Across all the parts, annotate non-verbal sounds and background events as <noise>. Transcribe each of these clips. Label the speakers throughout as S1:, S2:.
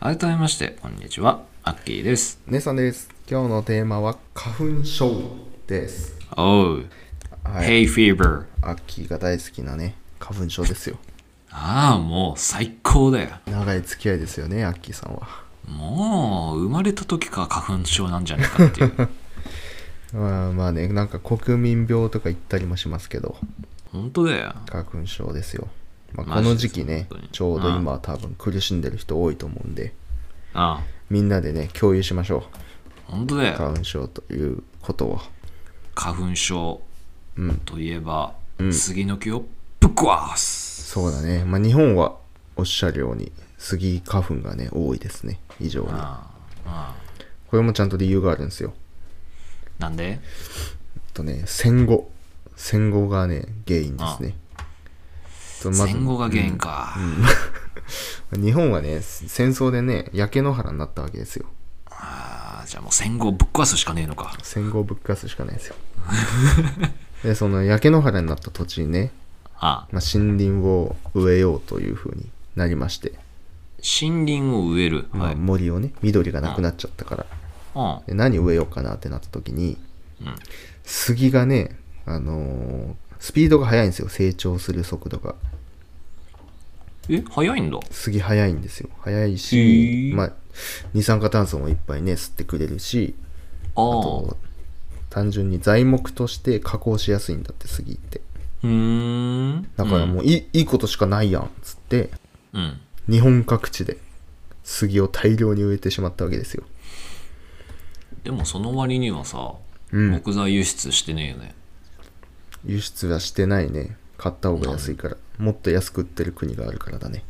S1: 改めましてこんにちはアッキーです
S2: 姉さんです。今日のテーマは花粉症です。
S1: おう、
S2: はい。
S1: hay fever
S2: アッキーが大好きなね、花粉症ですよ。
S1: ああもう最高だよ
S2: 長い付き合いですよね、アッキーさんは。
S1: もう生まれた時から花粉症なんじゃないか
S2: <laughs>
S1: っていう
S2: まあまあね、なんか国民病とか言ったりもしますけど、
S1: 本当だよ
S2: 花粉症ですよ。まあ、
S1: マ
S2: こ
S1: ジ
S2: の
S1: です
S2: 時期ね
S1: 本当に、
S2: ちょうど今は多分苦しんでる人多いと思うんで、
S1: あ
S2: みんなでね、共有しましょ
S1: あ本当だ
S2: う。
S1: よ
S2: 花粉症ということを。
S1: 花粉症
S2: うん、
S1: といえば、杉の木をぶっ壊す
S2: そうだね。まあ、日本はおっしゃるように、杉花粉がね、多いですね。以上に。
S1: ああ
S2: これもちゃんと理由があるんですよ。
S1: なんで
S2: えっとね、戦後。戦後がね、原因ですね。とまず
S1: 戦後が原因か、
S2: 日本はね、戦争でね、焼け野原になったわけですよ。
S1: ああじゃあもう戦後ぶっ壊すしかねえのか
S2: 戦後ぶっ壊すしかない
S1: <laughs>
S2: ですよでその焼け野原になった土地にね、
S1: ああ
S2: まあ、森林を植えようというふうになりまして、
S1: 森林を植える、
S2: ま
S1: は
S2: あ、
S1: い、
S2: 森をね緑がなくなっちゃったから、
S1: うん
S2: で何植えようかなってなった時に、
S1: うん
S2: 杉がね、あのースピードが速いんですよ成長する速度が
S1: え早いんだ
S2: 杉速いんですよ速い
S1: へ
S2: し、
S1: ー
S2: まあ、二酸化炭素もいっぱいね吸ってくれるし
S1: あ
S2: あ
S1: あ
S2: と単純に材木として加工しやすいんだって杉って
S1: うーん
S2: だから
S1: うん、
S2: もういい,、いいことしかないやんっつって
S1: うん
S2: 日本各地で杉を大量に植えてしまったわけですよ
S1: でもその割にはさ、
S2: うん
S1: 木材輸出してねえよね
S2: 輸出はしてないね買った方が安いからもっと安く売ってる国があるからだね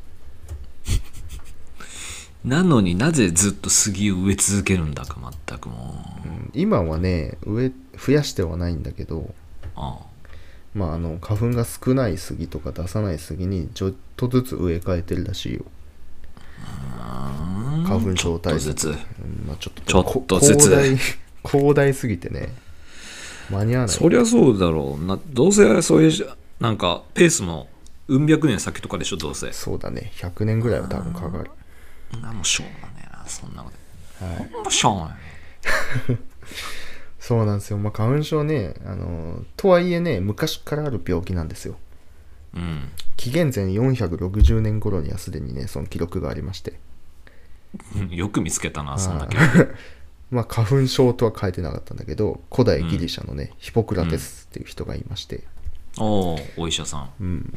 S1: なのになぜずっと杉を植え続けるんだか全くもう、
S2: うん今はね植え増やしてはないんだけど
S1: あ
S2: まああの花粉が少ない杉とか出さない杉にちょっとずつ植え替えてるらしいよ、
S1: あ
S2: 花粉症対
S1: ちょっとず
S2: 策
S1: つ
S2: うんまあ、ちょっと
S1: ちょっとずつ
S2: 広大広大すぎてね間に合わない
S1: そりゃそうだろうなどうせそういうなんかペースもうん百年先とかでしょどうせ
S2: そうだね100年ぐらいは多分かかる
S1: なもうしょうがねえなそんなこと、
S2: はい
S1: ほんましょうがない
S2: そうなんですよ、まあ、花粉症ねあのーとはいえね昔からある病気なんですよ
S1: うん
S2: 紀元前460年頃にはすでにねその記録がありまして
S1: うんよく見つけたなそんな
S2: あ
S1: け <laughs>
S2: ーまあ花粉症とは書いてなかったんだけど古代ギリシャのね、ヒポクラテスっていう人がいまして、
S1: おおお医者さん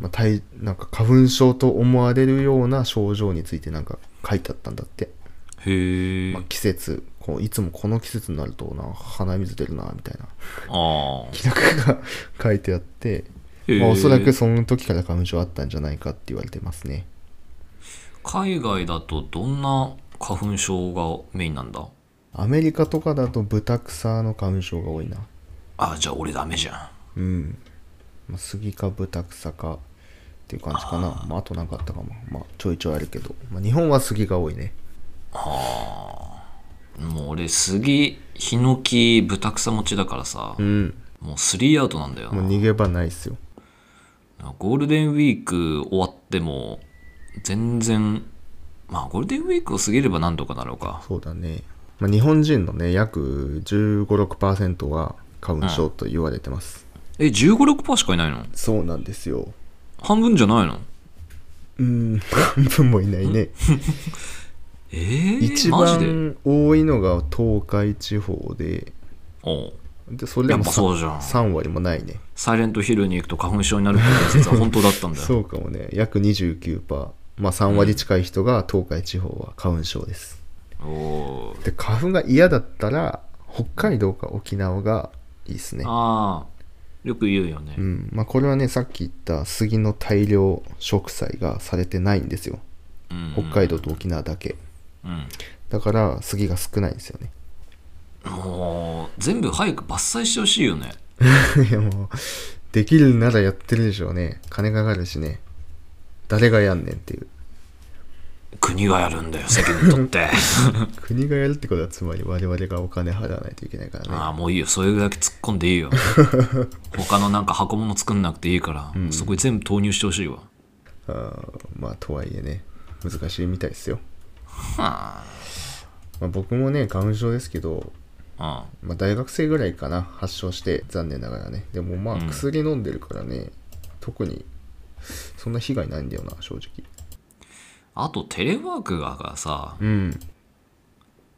S2: まあ、体なんか花粉症と思われるような症状についてなんか書いてあったんだって、
S1: へえ、
S2: まあ、季節こういつもこの季節になるとな鼻水出るなみたい
S1: <laughs>
S2: な
S1: ああ
S2: 記録が書いてあって、
S1: へー
S2: まあ、おそらくその時から花粉症あったんじゃないかって言われてますね
S1: 海外だとどんな花粉症がメインなんだ
S2: アメリカとかだとブタクサの花粉症が多いな
S1: あじゃあ俺ダメじゃん
S2: うん、まあ、杉かブタクサかっていう感じかなあ,、まあ、あとなんかあったかもまあちょいちょいあるけど、まあ、日本は杉が多いね
S1: もう俺杉ヒノキブタクサ持ちだからさ、
S2: うん
S1: もうスリーアウトなんだよ
S2: もう
S1: な
S2: 逃げ場ないっすよ
S1: ゴールデンウィーク終わっても全然まあゴールデンウィークを過ぎればなんとかなろうか
S2: そうだね、まあ、日本人のね約1 5 6は花粉症と言われてます、
S1: え1 5 6しかいないの
S2: そうなんですよ
S1: 半分じゃないの
S2: うん半分もいない
S1: <laughs>
S2: ね
S1: えー、
S2: 一
S1: マジで
S2: 番多いのが東海地方で
S1: おう
S2: でそれで
S1: やっ
S2: も
S1: ぱそうじゃん
S2: 3割もないね
S1: サイレントヒルに行くと花粉症になるっていう伝説は本当だったんだよ
S2: そうかもね約29%まあ3割近い人が東海地方は花粉症です、
S1: おー
S2: で花粉が嫌だったら北海道か沖縄がいいっすね
S1: ああよく言うよね
S2: う。んまあ、これはねさっき言った杉の大量植栽がされてないんですよ
S1: うん
S2: 北海道と沖縄だけ
S1: うん。
S2: だから杉が少ないんですよね
S1: もう、全部早く伐採してほしいよね。
S2: <laughs> いやもうできるならやってるでしょうね金かかるしね誰がやんねんっていう
S1: 国がやるんだよ、責任取って。
S2: 国がやるってことはつまり我々がお金払わないといけないからね
S1: ああ、もういいよ。それだけ突っ込んでいいよ。他のなんか箱物作んなくていいから、
S2: ん
S1: そこに全部投入してほしいわ。
S2: あーまあとはいえね難しいみたいですよ、
S1: は
S2: まあ、僕もね花粉症ですけど、
S1: あ。
S2: まあ、大学生ぐらいかな発症して残念ながらねでもまあ
S1: うん
S2: 薬飲んでるからね、特にそんな被害ないんだよな正直
S1: うん。あと、テレワークがさ、
S2: うん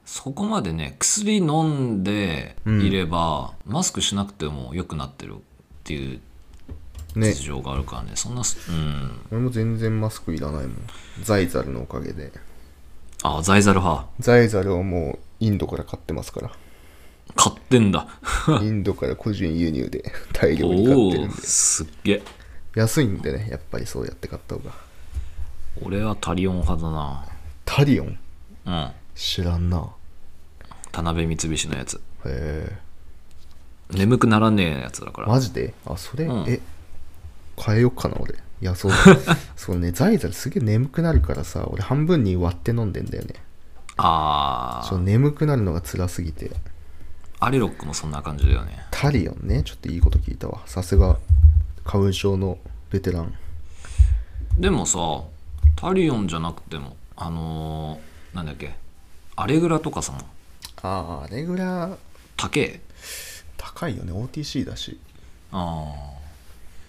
S1: そこまでね、薬飲んでいれば、マスクしなくても良くなってるっていう
S2: ね
S1: 実情があるからね、そんなす、うん。
S2: 俺も全然マスクいらないもんザイザルのおかげで
S1: ああ、ザイザル派。
S2: ザイザルをもうインドから買ってますか
S1: 買ってんだ。<laughs>
S2: らインドから個人輸入で大量に買
S1: お
S2: っ
S1: お
S2: てるん
S1: ー、
S2: です
S1: っげえ。
S2: 安いんでねやっぱりそうやって買った方が
S1: 俺はタリオン派だな。
S2: タリオン
S1: うん。
S2: 知らんな
S1: 田辺三菱のやつ。
S2: へえ
S1: 眠くならねえやつだから。
S2: マジであそれ、
S1: うん
S2: え変えよっかな俺いや <laughs> そうそうねザイザルすげえ眠くなるからさ俺半分に割って飲んでんだよね
S1: あ
S2: そう
S1: あ、
S2: 眠くなるのが辛すぎて
S1: アレロックもそんな感じだよね。
S2: タリオンねちょっといいこと聞いたわさすが花粉症のベテラン
S1: でもさ、タリオンじゃなくても、あのー、なんだっけ、アレグラとかさ、
S2: ああレギュラー
S1: 高え。
S2: 高いよね OTC だし、
S1: あ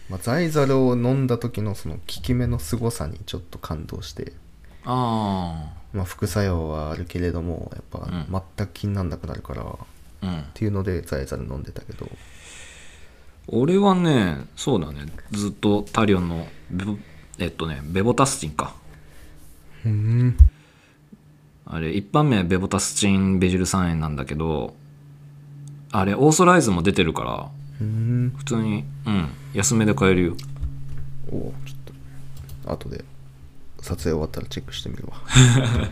S2: まあ、ザイザルを飲んだ時のその効き目の凄さにちょっと感動して
S1: あ、あ
S2: まあ副作用はあるけれどもやっぱ
S1: う
S2: 全く気にならなくなるから、っ
S1: あ、うん。
S2: ていうのでザイザル飲んでたけど
S1: 俺はね、そうだね、ずっとタリオンのベボ、えっとね、ベボタスチンか。
S2: うん
S1: あれ、一般名ベボタスチンベジル酸塩なんだけど、あれ、オーソライズも出てるから、
S2: うん
S1: 普通に、うん、安めで買えるよ。
S2: おうちょっと後で撮影終わったらチェックしてみる
S1: は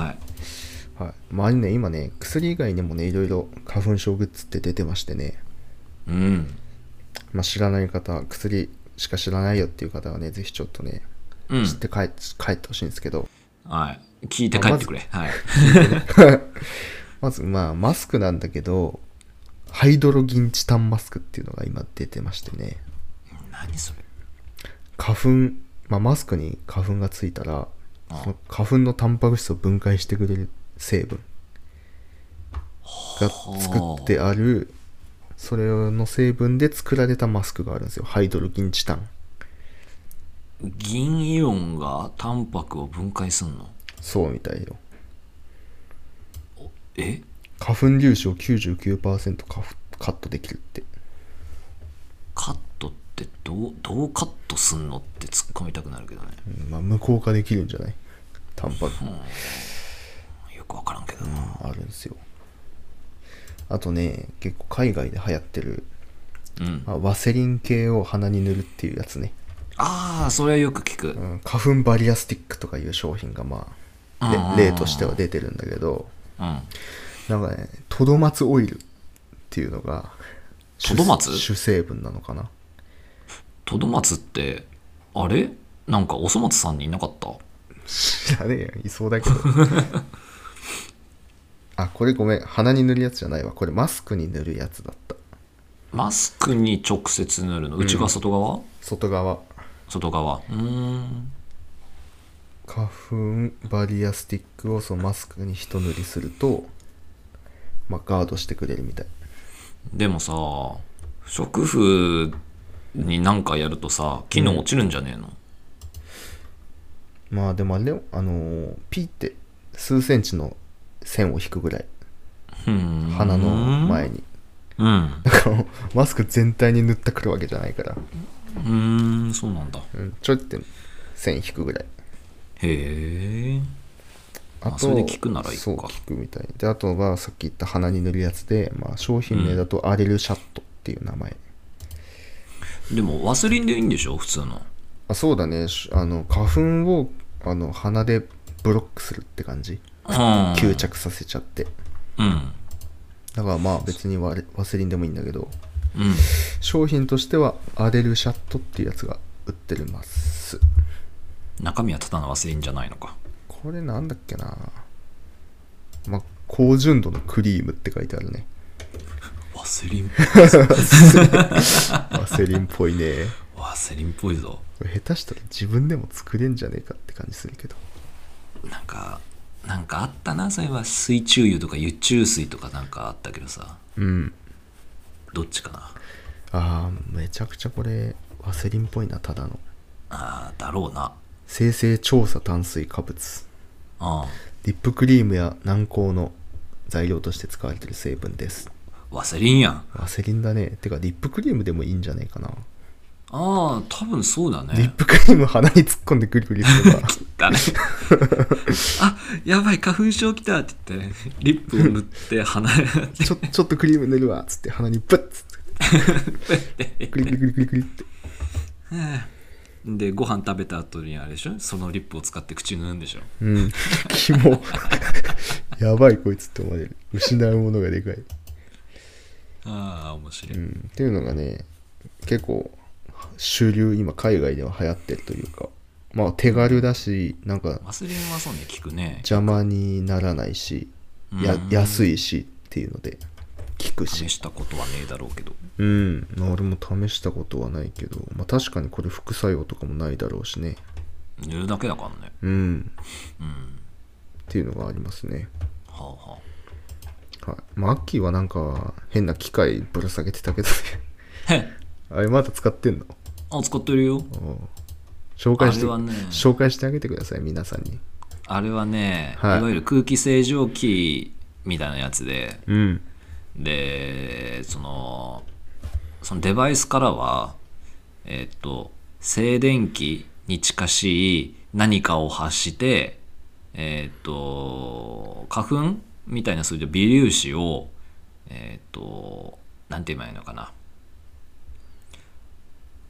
S1: い。
S2: わはい周りね今ね薬以外にもねいろいろ花粉症グッズって出てましてね、
S1: うん。
S2: まあ、知らない方薬しか知らないよっていう方はねぜひちょっとね
S1: うん
S2: 知って帰,、帰ってほしいんですけど
S1: はい。聞いて帰ってくれ。はい。
S2: まずまあマスクなんだけどハイドロギンチタンマスクっていうのが今出てましてね
S1: 何それ。
S2: 花粉、まあ、マスクに花粉がついたら
S1: あ
S2: その花粉のタンパク質を分解してくれる成分が作ってあるそれの成分で作られたマスクがあるんですよハイドロギンチタン
S1: 銀イオンがタンパクを分解すんの
S2: そうみたいよ
S1: え
S2: 花粉粒子を99%カフカットできるって
S1: カットってどう、どうカットすんのって突っ込みたくなるけどね。
S2: うんまあ無効化できるんじゃないタンパク
S1: よくわからんけどな。
S2: あるんですよあとね結構海外で流行ってる、
S1: うん。
S2: まあ、ワセリン系を鼻に塗るっていうやつね
S1: ああ、それはよく聞く
S2: う。ん花粉バリアスティックとかいう商品がまあ
S1: うんうんうん
S2: で例としては出てるんだけど
S1: うん。
S2: なんかねトドマツオイルっていうのが
S1: トドマツ
S2: 主主成分な
S1: <laughs>
S2: のかな
S1: トドマツって、あれなんかおそ松さんにいなかった
S2: 知らねえよいそうだけど <laughs> あこれごめん鼻に塗るやつじゃないわこれマスクに塗るやつだった
S1: マスクに直接塗るの内側外側、
S2: 外側
S1: 外側。うーん。
S2: 花粉バリアスティックをそのマスクに一塗りすると、まあ、ガードしてくれるみたい
S1: でもさ、不織布になんかやるとさ、機能落ちるんじゃねえの、
S2: まあでもあれだよあのーピーって数センチの線を引くぐらい
S1: うん、
S2: 鼻の前に
S1: うん。
S2: だからマスク全体に塗ってくるわけじゃないから、
S1: うーん、そうなんだ。
S2: うん、ちょいって線引くぐらい
S1: へえ。
S2: あと
S1: あそれで効くならいいか
S2: そう効くみたいであとはさっき言った鼻に塗るやつで、まあ、商品名だとアレルシャットっていう名前、
S1: でもワスリンでいいんでしょ普通の
S2: あそうだねしあの花粉をあの鼻でブロックするって感じ
S1: うん
S2: 吸着させちゃって
S1: うん
S2: だからまあ別にワレワセリンでもいいんだけど
S1: うん
S2: 商品としてはアデルシャットっていうやつが売ってるます
S1: 中身はただのワスリンじゃないのか
S2: これなんだっけなまあ高純度のクリームって書いてあるね
S1: ワスリン
S2: ワセリンっぽいね
S1: ワスリンっぽいぞ
S2: これ下手したら自分でも作れんじゃねえかって感じするけど
S1: なんかなんかあったなそういえば水中油とか油中水とかなんかあったけどさ
S2: うん
S1: どっちかな
S2: あーめちゃくちゃこれワセリンっぽいなただの
S1: あーだろうな
S2: 生成調査淡水化物
S1: うん
S2: リップクリームや軟膏の材料として使われてる成分です
S1: ワセリンやん
S2: ワセリンだねてかリップクリームでもいいんじゃないかな、
S1: ああ多分そうだ
S2: リッ
S1: ね
S2: プクリーム鼻に突っ込んでグリグリすれば
S1: だね <laughs> あやばい花粉症きたって言ってねリップを塗って鼻で
S2: ちょちょっとクリーム塗るわっつって鼻にブッつってグリグリグリグリグリって
S1: でご飯食べた後にあれでしょそのリップを使って口に塗るんでしょ
S2: うんキモやばいこいつって思われる失うものがでかい、
S1: ああ面白
S2: う
S1: い、
S2: ん、っていうのがね結構主流今海外では流行ってるというかまあ手軽だしなんか
S1: ワスリンはそうね効くね
S2: 邪魔にならないし、や
S1: うん
S2: 安いしっていうので聞くし
S1: 試したことはねえだろうけど
S2: うんまあ俺も試したことはないけど、まあ、確かにこれ副作用とかもないだろうしね
S1: 塗るだけだからね
S2: うん
S1: うん
S2: っていうのがありますね
S1: はあは
S2: はいまあアッキーはなんか変な機械ぶら下げてたけどね <laughs>
S1: あへっ
S2: あれまだ使ってんの
S1: あ使ってるよ
S2: うん紹介
S1: あ
S2: して、
S1: れはね
S2: 紹介してあげてください皆さんに
S1: あれはね、
S2: はい
S1: い、わゆる空気清浄機みたいなやつで
S2: うん
S1: でそのそのデバイスからはえっと静電気に近しい何かを発してえっと花粉みたいな数字の微粒子をえっとなんて言えばいいのかな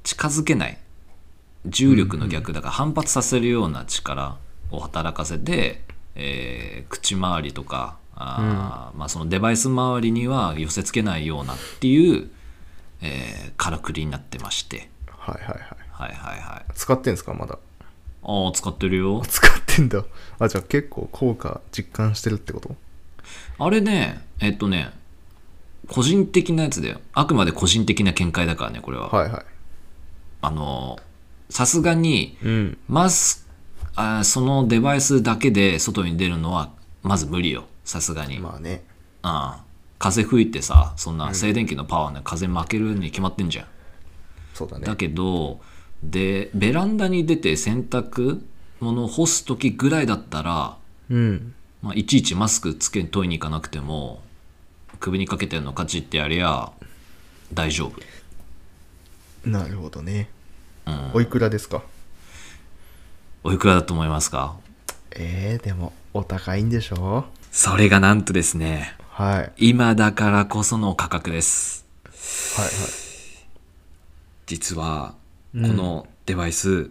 S1: 近づけない重力の逆だから反発させるような力を働かせて、えー口周りとかあー、まあ、そのデバイス周りには寄せつけないようなっていう、えーからくりになってまして
S2: はいはいはい
S1: はいはいはい
S2: 使ってんすかまだ <laughs>
S1: ああ使ってるよ
S2: 使ってんだあじゃあ結構効果実感してるってこと
S1: あれねえっとね個人的なやつだよあくまで個人的な見解だからねこれは、
S2: はいはい
S1: あのさすがに
S2: うん
S1: マスあーそのデバイスだけで外に出るのはまず無理よさすがに、
S2: まあね
S1: うん風吹いてさそんな静電気のパワーで風負けるに決まってんじゃん、
S2: そうだね
S1: だけどでベランダに出て洗濯物を干す時ぐらいだったら、
S2: うん
S1: まあ、いちいちマスクつけ取りに行かなくても首にかけてるのカチってやりゃ大丈夫
S2: なるほどね、
S1: うん
S2: おいくらですか
S1: おいくらだと思いますか
S2: えー、でもお高いんでしょ
S1: それがなんとですね
S2: はいはい
S1: 今だからこその価格です
S2: はい
S1: 実はこ
S2: うん
S1: のデバイス、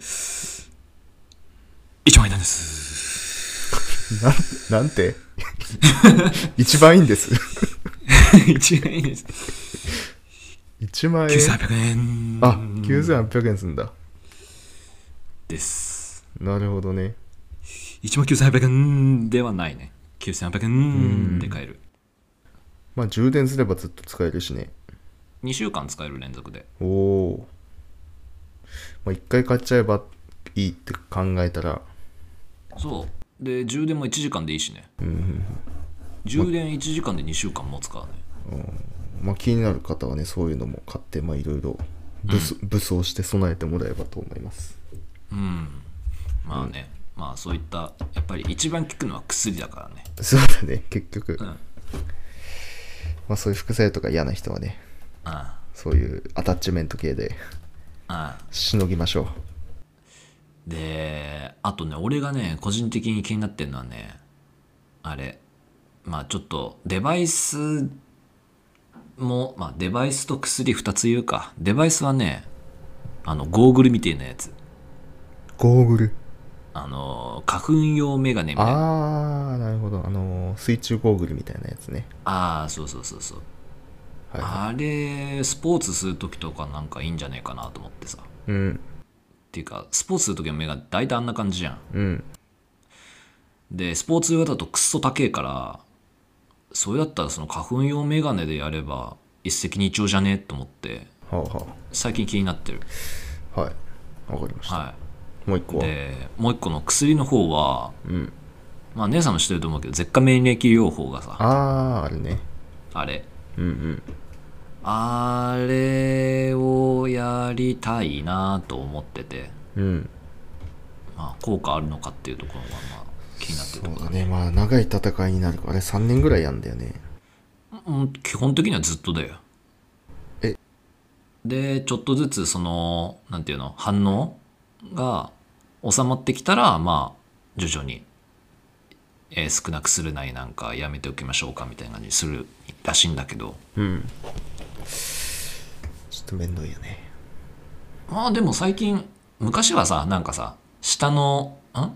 S1: 1万円なん <laughs> です
S2: なんなんて <laughs> 一番いいんです
S1: 1万円です
S2: 1万円
S1: 9800円
S2: あ9800円すんだ
S1: です
S2: なるほどね
S1: 1万9800円ではないね9800円で買える
S2: まあ充電すればずっと使えるしね
S1: 2週間使える連続で
S2: おおまあ一回買っちゃえばいいって考えたら
S1: そうで充電も1時間でいいしね充電1時間で2週間も使うね
S2: まあ気になる方はねそういうのも買ってまあいろいろ武装武装して備えてもらえばと思います
S1: うんまあね、まあそういったやっぱり一番効くのは薬だからね
S2: そうだね結局、
S1: うん
S2: ま
S1: うん
S2: あそういう副作用とか嫌な人はね
S1: あ
S2: そういうアタッチメント系で
S1: あ
S2: しのぎましょ
S1: で、あとね、俺がね、個人的に気になってるのはね、あれ、まあちょっとデバイスも、まあデバイスと薬2つ言うか。デバイスはね、あのゴーグルみたいなやつ
S2: ゴーグル
S1: あの花粉用メガネみたいな
S2: あーなるほどあのー水中ゴーグルみたいなやつね
S1: ああーそうそうそうそう
S2: はいは
S1: あれスポーツする時とかなんかいいんじゃないかなと思ってさっ
S2: いうん
S1: ていうかスポーツする時の目が大体あんな感じじゃん
S2: うん
S1: でスポーツ用だとクッソ高えからそれだったらその花粉用メガネでやれば一石二鳥じゃねえと思って
S2: はあは
S1: 最近気になってる
S2: あはいわかりました、
S1: は
S2: もう一個
S1: い
S2: は
S1: でもう一個の薬の方は
S2: うん
S1: まあ姉さんも知ってると思うけど舌下免疫療法がさ
S2: あーあれね
S1: あれ
S2: うんうん
S1: あれをやりたいなと思ってて
S2: うん
S1: まあ効果あるのかっていうところがまあ気になってるところ
S2: そうだねまあ長い戦いになるからあれ3年ぐらいやんだよね
S1: うん、基本的にはずっとだよ
S2: え
S1: でちょっとずつそのなんていうの反応が収まってきたらまあ徐々に、えー少なくするなりなんかやめておきましょうかみたいな感じにするらしいんだけど
S2: うんちょっと面倒いよね
S1: まあでも最近昔はさなんかさ下のん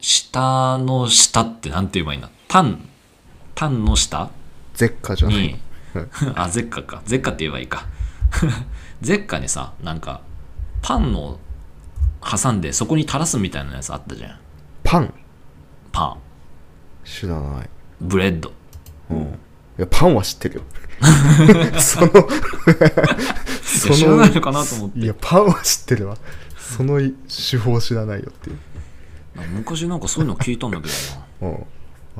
S1: 下の下ってなんて言えばいいんだ単単の下
S2: ゼッカじゃない、
S1: に <laughs> あゼッカかゼッカって言えばいいか <laughs> ゼッカにさなんかパンの挟んでそこに垂らすみたいなやつあったじゃん
S2: パン
S1: パ
S2: 知らない
S1: ンブレッド
S2: うんいやパンは知って
S1: <laughs>
S2: るよそのそ
S1: 知らないのかなと思って
S2: いやパンは知ってるわその手法知らないよっていう
S1: 昔なんかそういうの聞いたんだけどな <laughs>
S2: うん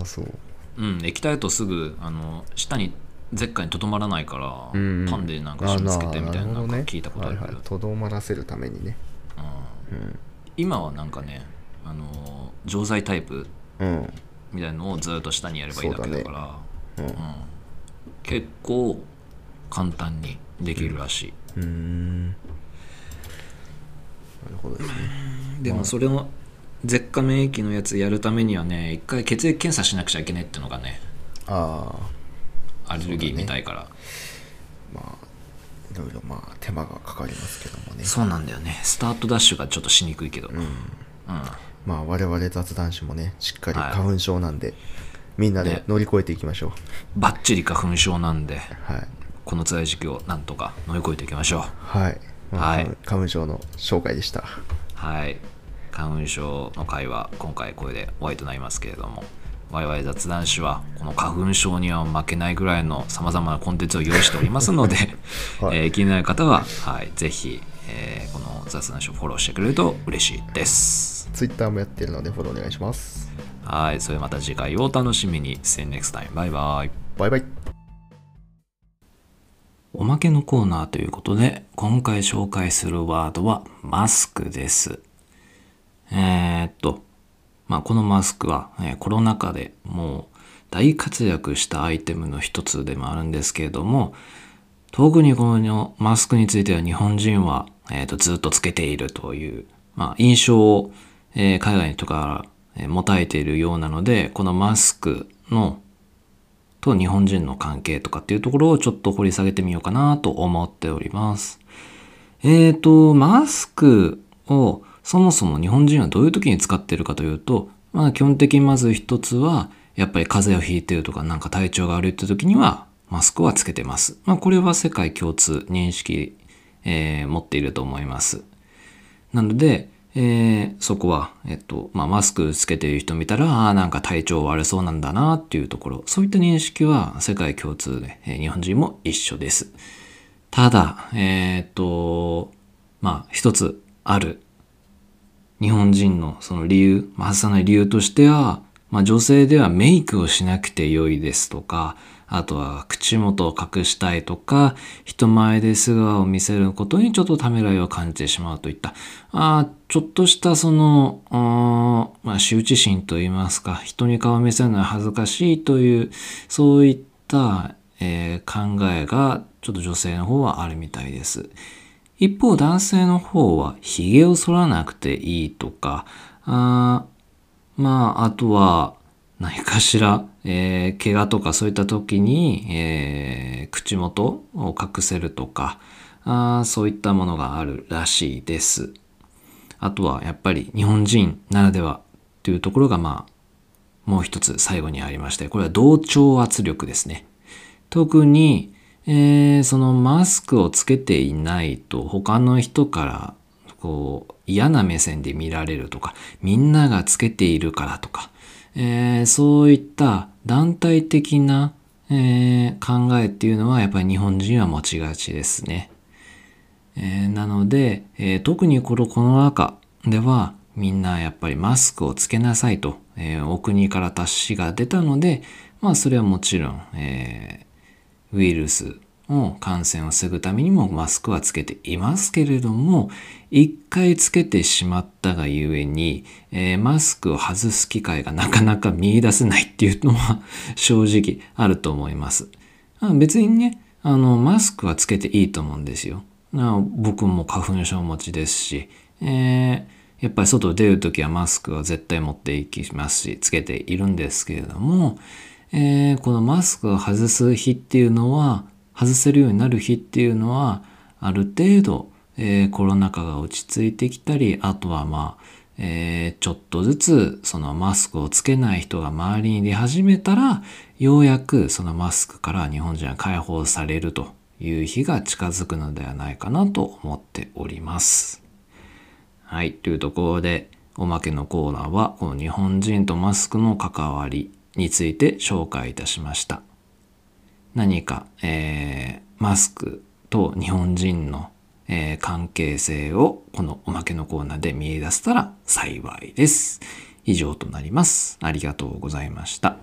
S2: あそう
S1: うん液体だとすぐあの舌にゼッカにとどまらないから、
S2: うんうん
S1: パンでなんか締め付けてみたいななんか聞いたことあるけど
S2: はいはいとどまらせるためにね
S1: うん今はなんかねあの錠剤タイプ
S2: うん
S1: みたいなのをずっと下にやればいいだけだから
S2: そうだね
S1: うん結構簡単にできるらしい、
S2: うーんなるほどですね
S1: でもそれを舌下免疫のやつやるためにはね一回血液検査しなくちゃいけないっていうのがね
S2: ああ
S1: アレルギーみたいから
S2: まあいろいろまあ手間がかかりますけどもね
S1: そう,、なんだよねスタートダッシュがちょっとしにくいけど、うん
S2: まあ我々雑談師もねしっかり
S1: はい
S2: 花粉症なんで、みんなで
S1: ね
S2: 乗り越えていきましょう、
S1: バッチリ花粉症なんで
S2: はい
S1: この辛い時期をなんとか乗り越えていきましょう
S2: はい、まあ
S1: はい
S2: 花粉花粉症の紹介でした
S1: はい花粉症の会は今回これで終わりとなりますけれども我々雑談師はこの花粉症には負けないぐらいのさまざまなコンテンツを用意しておりますので、
S2: はい
S1: <laughs> えー気になる方は、はい、ぜひ、えーこの雑談師をフォローしてくれると嬉しいです。
S2: Twitter もやってるのでフォローお願いします
S1: はい、それではまた次回をお楽しみに。See you next time. バイバイ。
S2: バイバイ
S1: おまけのコーナーということで、今回紹介するワードはマスクです。えーっと、まあ、このマスクは、えーコロナ禍でもう大活躍したアイテムの一つでもあるんですけれども、特にこのマスクについては日本人は、えーとずっとつけているという、まあ、印象を、えー海外とか、えー持たれているようなので、このマスクのと日本人の関係とかっていうところをちょっと掘り下げてみようかなと思っております。えーと、マスクをそもそも日本人はどういう時に使ってるかというと、まあ基本的にまず一つは、やっぱり風邪をひいてるとかなんか体調が悪いって時にはマスクはつけてます。まあこれは世界共通認識、えー持っていると思います。なので、えーそこは、えっと、まあ、マスクつけている人見たら、ああー、なんか体調悪そうなんだなっていうところ、そういった認識は世界共通で、えー日本人も一緒です。ただ、えーっと、まあ、一つある、日本人のその理由、まあ、外さない理由としては、まあ、女性ではメイクをしなくて良いですとか、あとは口元を隠したいとか、人前で素顔を見せることにちょっとためらいを感じてしまうといった、あーちょっとしたその、うーんまあ、羞恥心といいますか、人に顔を見せるのは恥ずかしいという、そういった、えー考えが、ちょっと女性の方はあるみたいです。一方男性の方はひげを剃らなくていいとかあーまああとは何かしら、えー怪我とかそういった時に、えー口元を隠せるとかあーそういったものがあるらしいです。あとはやっぱり日本人ならではというところがまあもう一つ最後にありましてこれは同調圧力ですね。特に、えーそのマスクをつけていないと他の人からこう嫌な目線で見られるとかみんながつけているからとか、えーそういった団体的な、えー考えっていうのはやっぱり日本人は持ちがちですね。えーなので、えー特にこのコロナ禍ではみんなやっぱりマスクをつけなさいと、えーお国から達しが出たのでまあそれはもちろん、えーウイルスを感染を防ぐためにもマスクはつけていますけれども一回つけてしまったがゆえに、えーマスクを外す機会がなかなか見出せないっていうのは <laughs> 正直あると思います。あ別にねあのマスクはつけていいと思うんですよ。な僕も花粉症持ちですし、えーやっぱり外出る時はマスクは絶対持っていきますしつけているんですけれども、えーこのマスクを外す日っていうのは外せるようになる日っていうのはある程度、えーコロナ禍が落ち着いてきたりあとはまあえーちょっとずつそのマスクをつけない人が周りに出始めたらようやくそのマスクから日本人は解放されるという日が近づくのではないかなと思っております。はい、というところでおまけのコーナーはこの日本人とマスクの関わりについて紹介いたしました。何か、えーマスクと日本人の、えー関係性をこのおまけのコーナーで見出せたら幸いです。以上となります。ありがとうございました。